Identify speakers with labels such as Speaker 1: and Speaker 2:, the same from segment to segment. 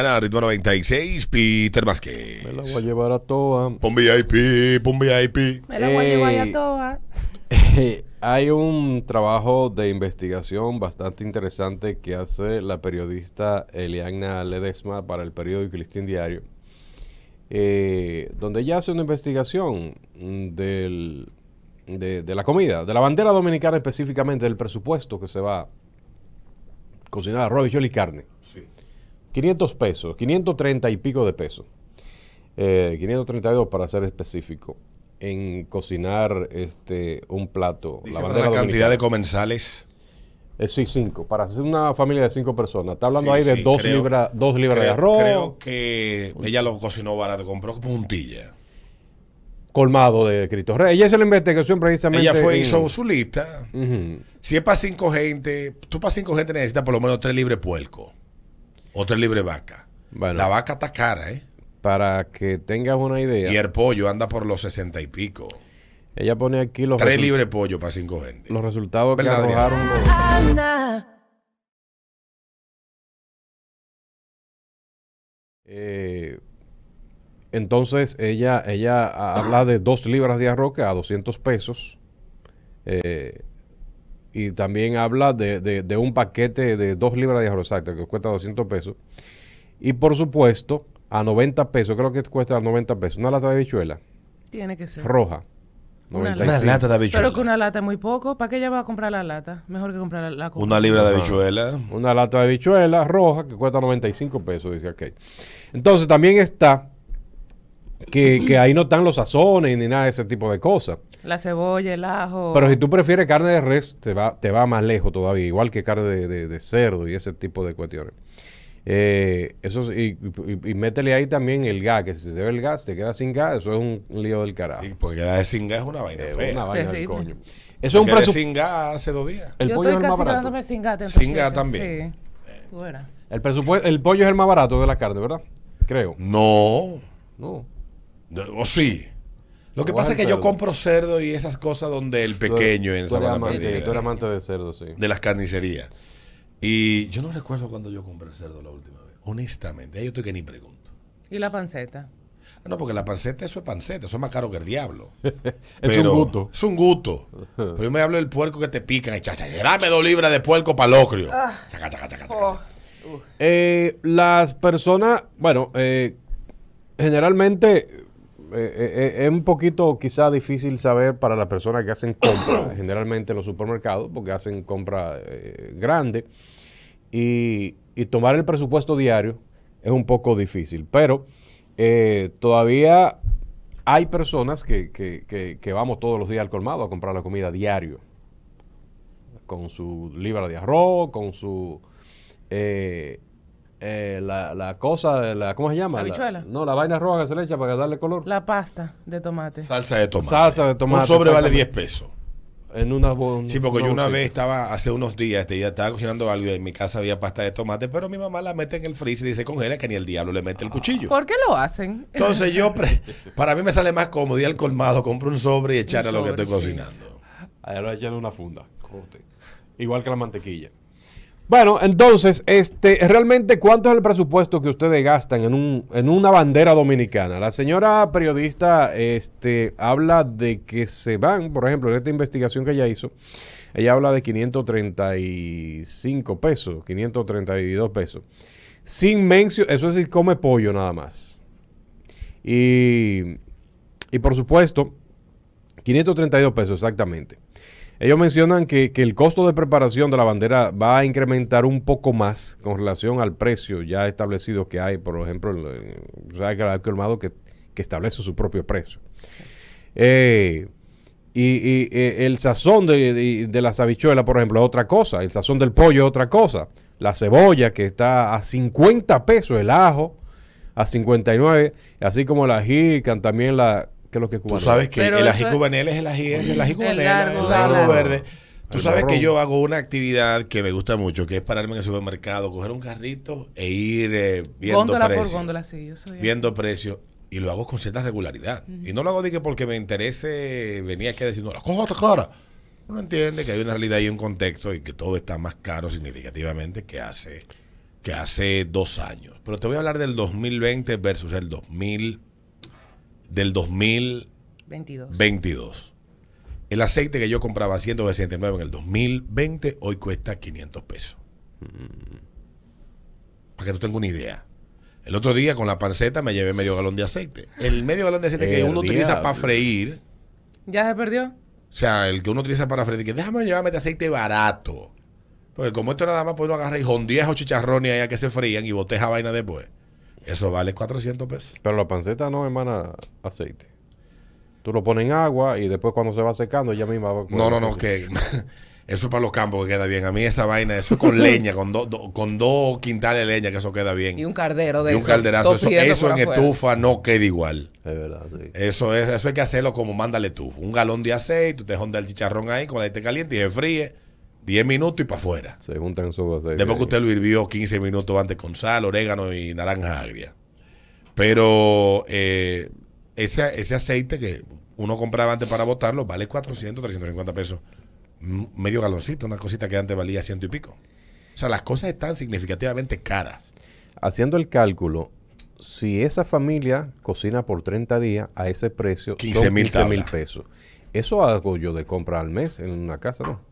Speaker 1: Ana, Ritmo 96, Peter Vázquez.
Speaker 2: Me la voy a llevar a toa.
Speaker 1: Pon VIP, pon VIP.
Speaker 3: Me la voy a llevar
Speaker 2: Eh,
Speaker 3: a todas.
Speaker 2: Hay un trabajo de investigación bastante interesante que hace la periodista Eliana Ledesma para el periódico Listín Diario, eh, donde ella hace una investigación mm, del- de, de la comida, de la bandera dominicana específicamente, del presupuesto que se va a cocinar arroz, habichuela y carne. 500 pesos, 530 y pico de pesos. Eh, 532 para ser específico. En cocinar este un plato.
Speaker 1: Dice la,
Speaker 2: bandera
Speaker 1: cantidad
Speaker 2: dominicana.
Speaker 1: de comensales.
Speaker 2: Eh, sí, cinco. Para hacer una familia de cinco personas. Está hablando
Speaker 1: Sí,
Speaker 2: ahí de
Speaker 1: sí,
Speaker 2: dos,
Speaker 1: creo-
Speaker 2: libras, dos libras de
Speaker 1: creo,
Speaker 2: arroz,
Speaker 1: creo que ella lo cocinó barato, compró puntilla.
Speaker 2: colmado de Cristo Rey. Ella hizo la investigación precisamente.
Speaker 1: Ella fue,
Speaker 2: en-
Speaker 1: hizo su lista.
Speaker 2: Ujú.
Speaker 1: Si es para cinco gente, tú para cinco gente necesitas por lo menos tres libres puerco. O tres libres vaca.
Speaker 2: Bueno.
Speaker 1: La vaca está cara, ¿eh?
Speaker 2: Para que tengas una idea.
Speaker 1: Y el pollo anda por los sesenta y pico.
Speaker 2: Ella pone aquí los,
Speaker 1: Tres
Speaker 2: resu-
Speaker 1: libres pollo para cinco gente.
Speaker 2: los resultados que
Speaker 1: Pues ¿Verdad, Adriana?
Speaker 2: arrojaron. los- Eh, entonces ella, ella ha- habla de dos libras de arroz que a 200 pesos. eh, y también habla de, de- de un paquete de dos libras de arroz, exacto, que cuesta 200 pesos. Y por supuesto, a 90 pesos, creo que cuesta a 90 pesos, una lata de habichuela
Speaker 3: Tiene que ser.
Speaker 2: roja.
Speaker 3: Una lata.
Speaker 2: 95.
Speaker 1: Una lata de habichuela.
Speaker 3: Pero que una lata es muy poco. ¿Para qué ella va a comprar la lata? Mejor que comprar la, la coca.
Speaker 1: Una libra de habichuela.
Speaker 2: Una lata de habichuela roja que cuesta 95 pesos, dice aquel. Entonces también está que, que ahí no están los sazones ni nada de ese tipo de cosas.
Speaker 3: La cebolla, el ajo.
Speaker 2: Pero si tú prefieres carne de res, te va, te va más lejos todavía, igual que carne de, de- de cerdo y ese tipo de cuestiones. Eh, eso es- y, y- y métele ahí también el gas, que si se ve el gas, te quedas sin gas, eso es un lío del carajo.
Speaker 1: Sí, porque la de sin gas es una vaina
Speaker 2: Eh,
Speaker 1: fea.
Speaker 2: Ah. una vaina del
Speaker 3: Terrible.
Speaker 2: coño. Eso es un
Speaker 1: Quedé
Speaker 2: presupuesto.
Speaker 1: sin gas hace dos días.
Speaker 2: El
Speaker 3: Yo
Speaker 2: pollo es
Speaker 3: estoy
Speaker 2: el más
Speaker 3: casi
Speaker 2: barato.
Speaker 3: quedándome sin gato.
Speaker 1: Sin
Speaker 3: entonces,
Speaker 1: gato también. Eh.
Speaker 3: Sí. Fuera.
Speaker 2: El, presupuesto, el pollo es el más barato de la carne, ¿verdad? Creo.
Speaker 1: No.
Speaker 2: No.
Speaker 1: No, O sí. Lo que
Speaker 2: Vamos
Speaker 1: pasa
Speaker 2: al
Speaker 1: es que yo
Speaker 2: cerdo.
Speaker 1: compro cerdo y esas cosas donde el
Speaker 2: Tú eres-
Speaker 1: pequeño en
Speaker 2: tú eres
Speaker 1: Sabana
Speaker 2: amante,
Speaker 1: Perdida,
Speaker 2: Tú eres amante de cerdo, sí.
Speaker 1: de las carnicerías. Y yo no recuerdo cuando yo compré cerdo la última vez. Honestamente, ahí yo estoy que ni pregunto.
Speaker 3: Y la panceta.
Speaker 1: Ah, No, porque la panceta, eso es panceta, eso es más caro que el diablo.
Speaker 2: Es
Speaker 1: Pero-
Speaker 2: un gusto.
Speaker 1: Es un gusto. Pero yo me hablo del puerco que te pican. Y chacha, dame dos libras de puerco para locrio. Chaca, chaca, chaca, chaca, chaca.
Speaker 2: Eh, las personas, bueno, eh, generalmente eh, eh, eh, es un poquito quizá difícil saber para las personas que hacen compras, generalmente en los supermercados, porque hacen compra eh, grande, y, y tomar el presupuesto diario es un poco difícil, pero eh, todavía hay personas que, que- que- que vamos todos los días al colmado a comprar la comida diario, con su libra de arroz, con su eh, eh, la, la cosa, de la, ¿cómo se llama?
Speaker 3: ¿La habichuela?
Speaker 2: no, la vaina roja que se le echa para darle color.
Speaker 3: La pasta de tomate.
Speaker 1: Salsa de tomate.
Speaker 2: Salsa de tomate,
Speaker 1: Un sobre vale
Speaker 2: exactamente.
Speaker 1: 10 pesos.
Speaker 2: en una bo-
Speaker 1: Sí, porque yo una
Speaker 2: bolsita.
Speaker 1: vez estaba, hace unos días, este, ya estaba cocinando algo y en mi casa había pasta de tomate, pero mi mamá la mete en el freezer y dice congela que ni el diablo le mete el cuchillo.
Speaker 3: ¿Por qué lo hacen?
Speaker 1: Entonces yo, pre- para mí me sale más cómodo ir al colmado, compro un sobre y echar a lo que
Speaker 3: sobre,
Speaker 1: estoy
Speaker 3: sí.
Speaker 1: cocinando.
Speaker 2: Allá lo echan en una funda. cote. Igual que la mantequilla. Bueno, entonces, este, realmente, ¿cuánto es el presupuesto que ustedes gastan en, un, en una bandera dominicana? La señora periodista este, habla de que se van, por ejemplo, en esta investigación que ella hizo, ella habla de 535 pesos, 532 pesos. Sin mención, eso es si come pollo nada más. Y, y por supuesto, 532 pesos exactamente. Ellos mencionan que, que el costo de preparación de la bandera va a incrementar un poco más con relación al precio ya establecido que hay, por ejemplo, el, eh, o sea, que el colmado que, que establece su propio precio. Eh, y y, eh, el sazón de, de- de las habichuelas, por ejemplo, es otra cosa. El sazón del pollo es otra cosa. La cebolla que está a 50 pesos, el ajo a 59, así como el ají, can- también la... que es lo que
Speaker 1: Tú
Speaker 2: cubano?
Speaker 1: sabes que
Speaker 3: Pero
Speaker 1: el
Speaker 3: eso
Speaker 1: ají
Speaker 3: es-
Speaker 1: cubanela es el ají ese, el ají cubanela,
Speaker 3: largo,
Speaker 1: el largo
Speaker 2: el largo.
Speaker 1: verde. Tú
Speaker 2: El
Speaker 1: sabes que
Speaker 2: marrón.
Speaker 1: yo hago una actividad que me gusta mucho, que es pararme en el supermercado, coger un carrito e ir eh, viendo
Speaker 3: góndola por
Speaker 1: precios.
Speaker 3: góndola, sí. Yo soy
Speaker 1: viendo precios y lo hago con cierta regularidad. Y no lo hago de que porque me interese venía aquí a decir, no, la cojo otra cara. Uno entiende que hay una realidad y un contexto y que todo está más caro significativamente que hace que hace dos años. Pero te voy a hablar del 2020 versus el 2000, del 2022.
Speaker 3: 22.
Speaker 1: El aceite que yo compraba a 169 en el 2020 hoy cuesta 500 pesos. Para que tú tengas una idea. El otro día con la panceta me llevé medio galón de aceite. El medio galón de aceite que
Speaker 2: El
Speaker 1: uno utiliza
Speaker 2: diablo.
Speaker 1: para freír,
Speaker 3: ¿Ya se perdió?
Speaker 1: o sea, el que uno utiliza para freír, que déjame llevarme este aceite barato. Porque como esto nada más, pues uno agarra y jondieja o chicharrones allá que se frían y boteja vaina después. Eso vale 400 pesos.
Speaker 2: Pero la panceta no emana aceite. Tú lo pones en agua y después cuando se va secando ella misma va
Speaker 1: No, no, no, que eso es para los campos que queda bien. A mí esa vaina, eso es con leña, con dos do- con dos quintales de leña, que eso queda bien.
Speaker 3: Y un caldero de
Speaker 1: Y un
Speaker 3: eso,
Speaker 1: calderazo.
Speaker 3: todo
Speaker 1: Eso,
Speaker 3: pidiendo
Speaker 1: eso
Speaker 3: por
Speaker 1: en
Speaker 3: afuera.
Speaker 1: estufa no queda igual.
Speaker 2: Es verdad, sí.
Speaker 1: Eso es, eso hay que hacerlo como mándale tú. Un galón de aceite, usted jonda el chicharrón ahí con la aceite caliente y se fríe 10 minutos y para afuera.
Speaker 2: Se juntan esos aceites.
Speaker 1: Después que usted
Speaker 2: ahí.
Speaker 1: lo hirvió 15 minutos antes con sal, orégano y naranja agria. Pero eh, ese, ese aceite que uno compraba antes para botarlo vale 400, 350 pesos. Mm, Medio galoncito, una cosita que antes valía ciento y pico. O sea, las cosas están significativamente caras.
Speaker 2: Haciendo el cálculo, si esa familia cocina por 30 días a ese precio,
Speaker 1: 15.000
Speaker 2: son 15 mil
Speaker 1: tablas.
Speaker 2: pesos. Eso hago yo de compra al mes en una casa, ¿no?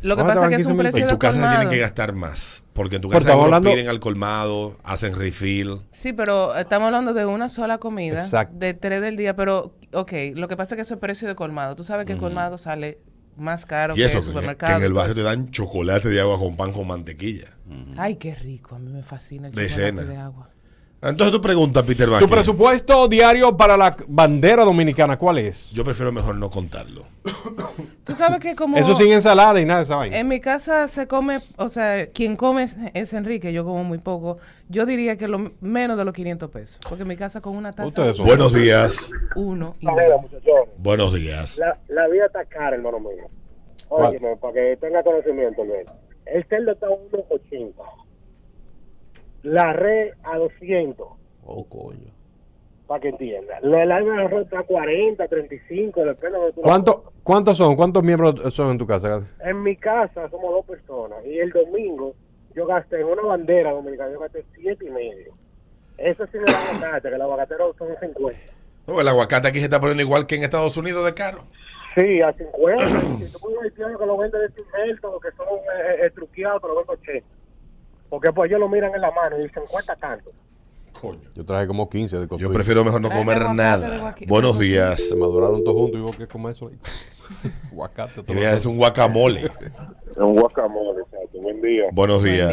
Speaker 3: Lo que
Speaker 2: Ah,
Speaker 3: pasa es que es un
Speaker 2: 15.000.
Speaker 1: En
Speaker 3: precio
Speaker 1: tu casa se tienen
Speaker 3: descolmado.
Speaker 1: que gastar más. Porque en tu
Speaker 2: Porque
Speaker 1: casa
Speaker 2: estamos
Speaker 1: uno
Speaker 2: hablando-
Speaker 1: piden al colmado, hacen refill.
Speaker 3: Sí, pero estamos hablando de una sola comida.
Speaker 2: Exacto.
Speaker 3: De tres del día, pero, ok, lo que pasa es que eso es precio de colmado. Tú sabes que el colmado sale más caro
Speaker 1: y
Speaker 3: que
Speaker 1: eso, que,
Speaker 3: el
Speaker 1: que
Speaker 3: supermercado. pues.
Speaker 1: en el barrio te dan chocolate de agua con pan con mantequilla.
Speaker 3: Ay, qué rico. A mí me fascina el
Speaker 1: De
Speaker 3: chocolate
Speaker 1: cena.
Speaker 3: de agua.
Speaker 1: Entonces tú preguntas, Peter
Speaker 2: Tu
Speaker 1: Vázquez.
Speaker 2: presupuesto diario para la bandera dominicana, ¿cuál es?
Speaker 1: Yo prefiero mejor no contarlo.
Speaker 3: Tú sabes que como...
Speaker 2: Eso sin ensalada y nada de esa vaina.
Speaker 3: En mi casa se come, o sea, quien come es, es Enrique, yo como muy poco. Yo diría que lo menos de los 500 pesos, porque en mi casa con una taza
Speaker 2: Ustedes son-
Speaker 1: Buenos días.
Speaker 3: uno y
Speaker 4: Mira,
Speaker 3: uno.
Speaker 4: muchachones,
Speaker 1: Buenos días.
Speaker 4: la, la vida está cara, hermano mío. Óyeme, para que tenga conocimiento, Luis. El celdo está a 1.80. La red a 200,
Speaker 5: Oh, coño.
Speaker 4: para que entienda. La el alma de la red está a 40, 35, depende de donde tú la
Speaker 2: ¿Cuánto- ¿Cuántos son? ¿Cuántos miembros son en tu casa?
Speaker 4: pongas. En mi casa somos dos personas y el domingo yo gasté en una bandera dominicana, yo gasté siete y medio. Eso sí me da aguacate, que los aguateros son 50.
Speaker 1: No, el aguacate aquí se está poniendo igual que en Estados Unidos de caro.
Speaker 4: Sí, a 50. si tú pones un haitiano que lo vende de Timberto, que son eh, eh, truqueados, pero vendo 80. Porque pues ellos lo miran en la mano y dicen, cuenta tanto.
Speaker 1: Coño.
Speaker 2: Yo traje como 15 de costura.
Speaker 1: Yo prefiero mejor no
Speaker 3: Trae de
Speaker 1: comer
Speaker 3: aguacate, de
Speaker 1: nada.
Speaker 3: guaqui-
Speaker 1: Buenos
Speaker 3: de
Speaker 1: días.
Speaker 2: Se maduraron todos juntos y vos que comer eso. ahí. Aguacate. todo
Speaker 1: Es un guacamole.
Speaker 6: Es un guacamole, exacto. Buen día,
Speaker 1: Buenos días.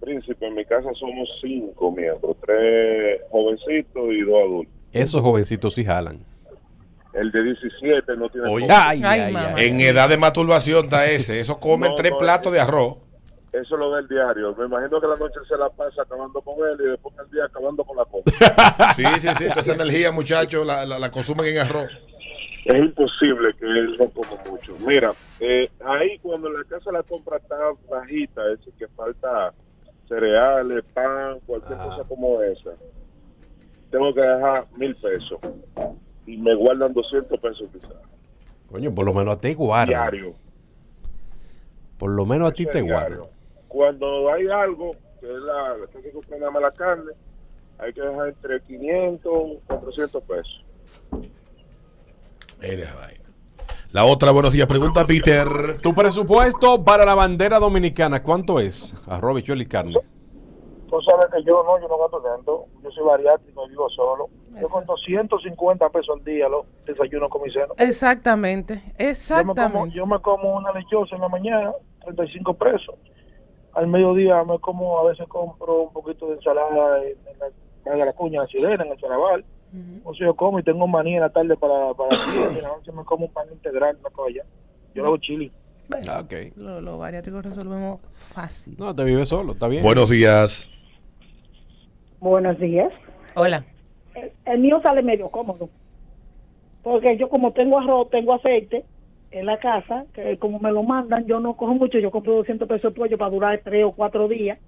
Speaker 6: príncipe. En mi casa somos cinco miembros, tres jovencitos y dos adultos.
Speaker 2: Esos jovencitos sí jalan.
Speaker 6: El de 17 no tiene...
Speaker 1: Oye,
Speaker 2: Ay,
Speaker 3: Ay,
Speaker 2: ay,
Speaker 3: mamá.
Speaker 2: ay.
Speaker 1: En edad de masturbación está ese. Eso comen
Speaker 6: No,
Speaker 1: tres
Speaker 6: no,
Speaker 1: platos
Speaker 6: es-
Speaker 1: de arroz.
Speaker 6: Eso lo del diario. Me imagino que la noche se la pasa acabando con él y después el día acabando con la copa.
Speaker 1: Sí, sí, sí. toda Esa energía, muchachos, la, la- la consumen en arroz.
Speaker 6: es imposible que él no coma mucho. Mira, eh, ahí cuando la casa la compra está bajita, es decir, que falta cereales, pan, cualquier
Speaker 2: Ajá.
Speaker 6: cosa como esa, tengo que dejar mil pesos y me guardan 200 pesos quizás.
Speaker 2: Coño, por lo menos a ti guarda.
Speaker 6: Diario.
Speaker 2: Por lo menos a ti te
Speaker 6: diario.
Speaker 2: guarda.
Speaker 6: Cuando hay algo, que es la que hay que comprar nada más la carne, hay que dejar entre 500 y 400 pesos.
Speaker 1: Mira esa vaina. La otra, buenos días. Pregunta Peter.
Speaker 2: Tu presupuesto para la bandera dominicana, ¿cuánto es? Arroz, bichuelo y carne.
Speaker 4: Tú sabes que yo no, yo no gasto tanto. Yo soy bariátrico, vivo solo.
Speaker 3: Eso.
Speaker 4: Yo con 250 pesos al día lo desayuno con mi seno.
Speaker 3: Exactamente,
Speaker 4: Yo me, como,
Speaker 3: exactamente.
Speaker 4: yo me como una lechosa en la mañana, 35 pesos. Al mediodía me como, a veces compro un poquito de ensalada en, en la, en la cuña, en la sirena, en el charaval.
Speaker 3: Ujú.
Speaker 4: O sea, yo como y tengo maní en la tarde para, para el día, y en la noche me como un pan integral, una cosa Yo lo hago chili.
Speaker 3: Bueno,
Speaker 2: Ah, ok.
Speaker 3: lo- los bariátricos resolvemos fácil.
Speaker 2: No, te vives solo, está bien.
Speaker 1: Buenos días.
Speaker 7: Buenos días.
Speaker 3: Hola.
Speaker 7: El, el mío sale medio cómodo. Porque yo como tengo arroz, tengo aceite en la casa, que como me lo mandan, yo no cojo mucho, yo compro 200 pesos de pollo para durar tres o cuatro días.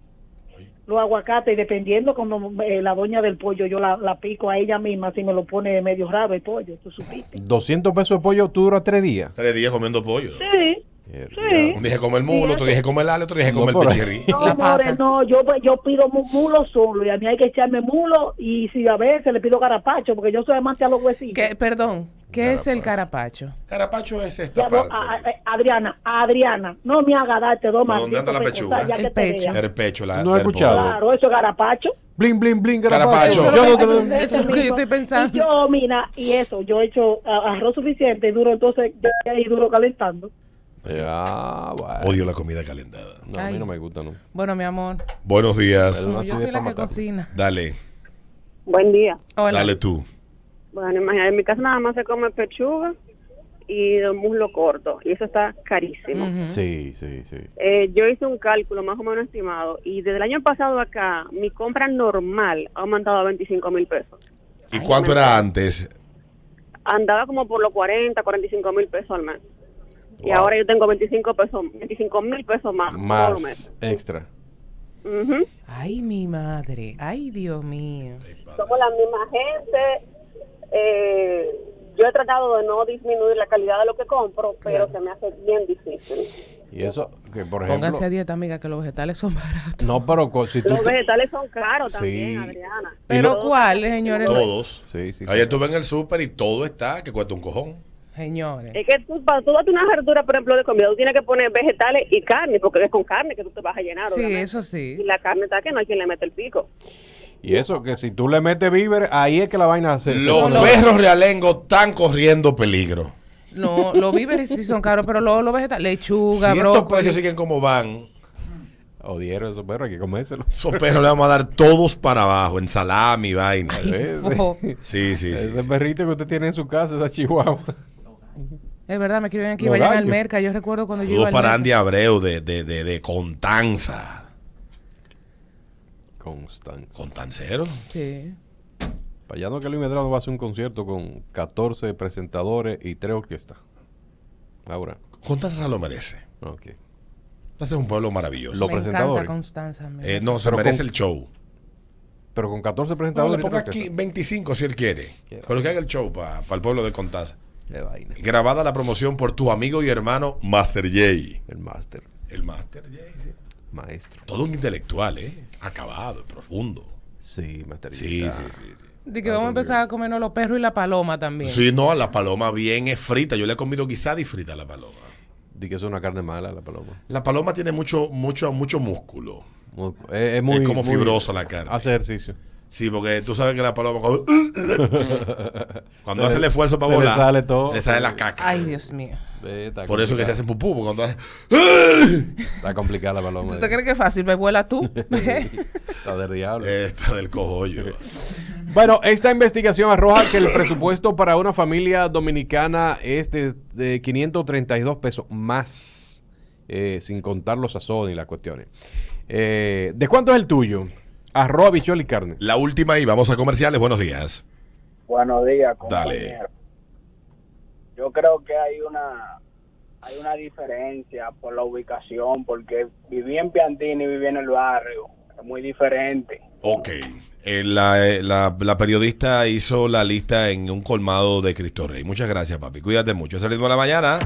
Speaker 7: Los aguacates, dependiendo como eh, la doña del pollo, yo la, la pico a ella misma si me lo pone medio raro el pollo, tú supiste.
Speaker 2: 200 pesos de pollo, tú duras tres días.
Speaker 1: Tres días comiendo pollo.
Speaker 7: Sí, Sí.
Speaker 1: Un dije como el mulo, otro dije como el ale, otro dije como
Speaker 2: No,
Speaker 1: el
Speaker 2: por-
Speaker 1: pichirri.
Speaker 7: No,
Speaker 3: La pata.
Speaker 7: more, no, yo, yo pido mu- mulo solo y a mí hay que echarme mulo y si a veces le pido garapacho porque yo soy amante a los huesitos.
Speaker 3: ¿Qué- perdón, ¿qué es el carapacho?
Speaker 1: Carapacho es esta
Speaker 7: Ya no,
Speaker 1: parte.
Speaker 7: a- a- a- Adriana, a Adriana, no me haga darte dos
Speaker 1: ¿Dónde
Speaker 7: malditos
Speaker 1: anda la
Speaker 7: pecosas
Speaker 1: pechuga?
Speaker 7: ya que
Speaker 3: El
Speaker 7: te
Speaker 3: pecho.
Speaker 7: vean.
Speaker 1: El pecho, la.
Speaker 2: No
Speaker 1: del
Speaker 2: he escuchado.
Speaker 1: pollo.
Speaker 7: Claro, eso es garapacho.
Speaker 2: Blin, blin, blin,
Speaker 1: Carapacho.
Speaker 2: carapacho.
Speaker 1: Eso
Speaker 2: Yo no
Speaker 7: Eso
Speaker 2: creo-
Speaker 3: Eso es lo que yo
Speaker 7: mismo.
Speaker 3: estoy pensando.
Speaker 7: Y yo, mira, y eso, yo he hecho ah, arroz suficiente y duro, entonces, yo ahí duro calentando.
Speaker 2: Ya, bueno.
Speaker 1: Odio la comida calentada.
Speaker 2: No, a mí no me gusta, ¿no?
Speaker 3: Bueno, mi amor,
Speaker 1: Buenos días.
Speaker 2: Perdón,
Speaker 3: no,
Speaker 2: así
Speaker 3: yo
Speaker 2: es
Speaker 3: soy la
Speaker 2: para
Speaker 3: que
Speaker 2: matarlo.
Speaker 3: cocina.
Speaker 1: Dale,
Speaker 5: Buen día.
Speaker 3: Hola.
Speaker 1: dale tú.
Speaker 5: Bueno, imagínate, en mi casa nada más se come pechuga y el muslo corto, y eso está carísimo.
Speaker 3: Ujú.
Speaker 2: Sí, sí, sí.
Speaker 5: Eh, yo hice un cálculo más o menos estimado, y desde el año pasado acá, mi compra normal ha aumentado a 25 mil pesos.
Speaker 1: ¿Y cuánto era antes?
Speaker 5: Andaba como por los 40, 45 mil pesos al mes. Y
Speaker 2: Wow.
Speaker 5: ahora yo tengo 25 pesos, 25 mil pesos
Speaker 6: Ah,
Speaker 5: más. todos
Speaker 2: Más
Speaker 5: los meses.
Speaker 2: extra.
Speaker 5: Ujú.
Speaker 3: Ay, mi madre. Ay, Dios mío.
Speaker 5: somos la misma gente. eh, yo he tratado de no disminuir la calidad de lo que compro, pero se me hace bien difícil.
Speaker 2: Y eso, que por
Speaker 3: Pónganse a
Speaker 2: ejemplo...
Speaker 3: dieta, amiga, que los vegetales son baratos.
Speaker 2: No, pero co- si tú...
Speaker 5: Los
Speaker 2: te-
Speaker 5: vegetales son caros
Speaker 2: Sí.
Speaker 5: también, Adriana.
Speaker 3: Pero
Speaker 2: no-
Speaker 3: ¿cuáles, señores?
Speaker 1: Todos.
Speaker 2: Sí, sí.
Speaker 1: Ayer estuve en el súper y todo está que cuesta un cojón.
Speaker 3: Señores.
Speaker 5: Es que tú, para tú darte una verdura, por ejemplo, de comida, tú tienes que poner vegetales y carne, porque es con carne que tú te vas a llenar.
Speaker 3: Sí,
Speaker 5: obviamente.
Speaker 3: eso sí.
Speaker 5: Y la carne está que no hay quien le mete el pico.
Speaker 2: Y eso, que si tú le metes víveres, ahí es que la vaina se... se
Speaker 1: Los
Speaker 2: pone-
Speaker 1: perros realengos están corriendo peligro.
Speaker 3: No, los víveres sí son caros, pero los, los vegetales,
Speaker 1: Si
Speaker 3: lechuga,
Speaker 1: estos
Speaker 3: brócoli.
Speaker 1: precios siguen como van,
Speaker 2: Odieron esos perros, hay que comérselos.
Speaker 1: esos perros le vamos a dar todos para abajo, en salami, vaina. ¿eh?
Speaker 2: Ese-
Speaker 3: fo.
Speaker 1: Sí, sí, sí.
Speaker 2: Ese perrito que usted tiene en su casa, esa chihuahua.
Speaker 3: Es verdad, me escriben aquí,
Speaker 2: Los
Speaker 3: vayan al
Speaker 2: gallos.
Speaker 3: merca. Yo recuerdo cuando yo iba
Speaker 1: Saludos
Speaker 3: al
Speaker 1: para
Speaker 3: merca.
Speaker 1: Andy Abreu de, de, de, de Contanza.
Speaker 2: Constanza.
Speaker 1: ¿Contancero?
Speaker 3: Sí.
Speaker 2: Payando que Luis Medrano va a hacer un concierto con 14 presentadores y 3 orquestas. Ahora,
Speaker 1: Contanza se lo merece.
Speaker 2: ok.
Speaker 1: Contanza es un pueblo maravilloso.
Speaker 2: Los
Speaker 3: me encanta
Speaker 2: presentadores.
Speaker 3: Constanza. me-
Speaker 1: Eh, no, se
Speaker 2: Pero
Speaker 1: merece
Speaker 2: con-
Speaker 1: el show.
Speaker 2: Pero con 14
Speaker 1: No, le
Speaker 2: presentadores. y
Speaker 1: ponga
Speaker 2: tres
Speaker 1: aquí
Speaker 2: orquestas.
Speaker 1: 25 si él quiere. Pero que haga el show para el pueblo de Contanza.
Speaker 2: Qué vaina.
Speaker 1: Grabada la promoción por tu amigo y hermano Master J.
Speaker 2: El máster,
Speaker 1: El Master J, sí.
Speaker 2: maestro.
Speaker 1: Todo un intelectual, ¿eh? Acabado, profundo.
Speaker 2: Sí, máster.
Speaker 1: Sí,
Speaker 2: está-
Speaker 1: sí, sí. sí.
Speaker 3: De que vamos a empezar a comernos los perros y la paloma también.
Speaker 1: Sí, no, la paloma bien es frita. Yo le he comido guisada y frita a la paloma.
Speaker 2: Di que es una carne mala la paloma.
Speaker 1: La paloma tiene mucho, mucho, mucho músculo.
Speaker 2: Muy- es, es muy.
Speaker 1: es como
Speaker 2: muy-
Speaker 1: fibrosa la carne.
Speaker 2: Hace ejercicio.
Speaker 1: Sí, porque tú sabes que la paloma cuando, cuando
Speaker 2: Se
Speaker 1: hace el
Speaker 2: le-
Speaker 1: esfuerzo para
Speaker 2: se le
Speaker 1: volar,
Speaker 2: sale todo.
Speaker 1: le sale la caca.
Speaker 3: Ay, Dios mío.
Speaker 2: Eh, está
Speaker 1: Por eso que
Speaker 2: complicada.
Speaker 1: se hacen pupú, porque cuando hace,
Speaker 2: Está complicada la paloma.
Speaker 3: ¿Tú te crees que es fácil? ¿Me vuela tú? ¿Eh?
Speaker 2: Está del diablo.
Speaker 1: está del cojollo.
Speaker 2: Bueno, esta investigación arroja que el presupuesto para una familia dominicana es de, de 532 pesos más, eh, sin contar los sazones y las cuestiones. Eh, ¿De cuánto es el tuyo? Arroz, bichol y carne.
Speaker 1: La última y vamos a comerciales. Buenos días.
Speaker 8: Buenos días,
Speaker 1: Dale.
Speaker 8: compañero. Yo creo que hay una hay una diferencia por la ubicación, porque viví en Piantini y viví en el barrio. Es muy diferente.
Speaker 1: Ok. Eh, la, eh, la- la periodista hizo la lista en un colmado de Cristo Rey. Muchas gracias, papi. Cuídate mucho. Es el ritmo de la mañana.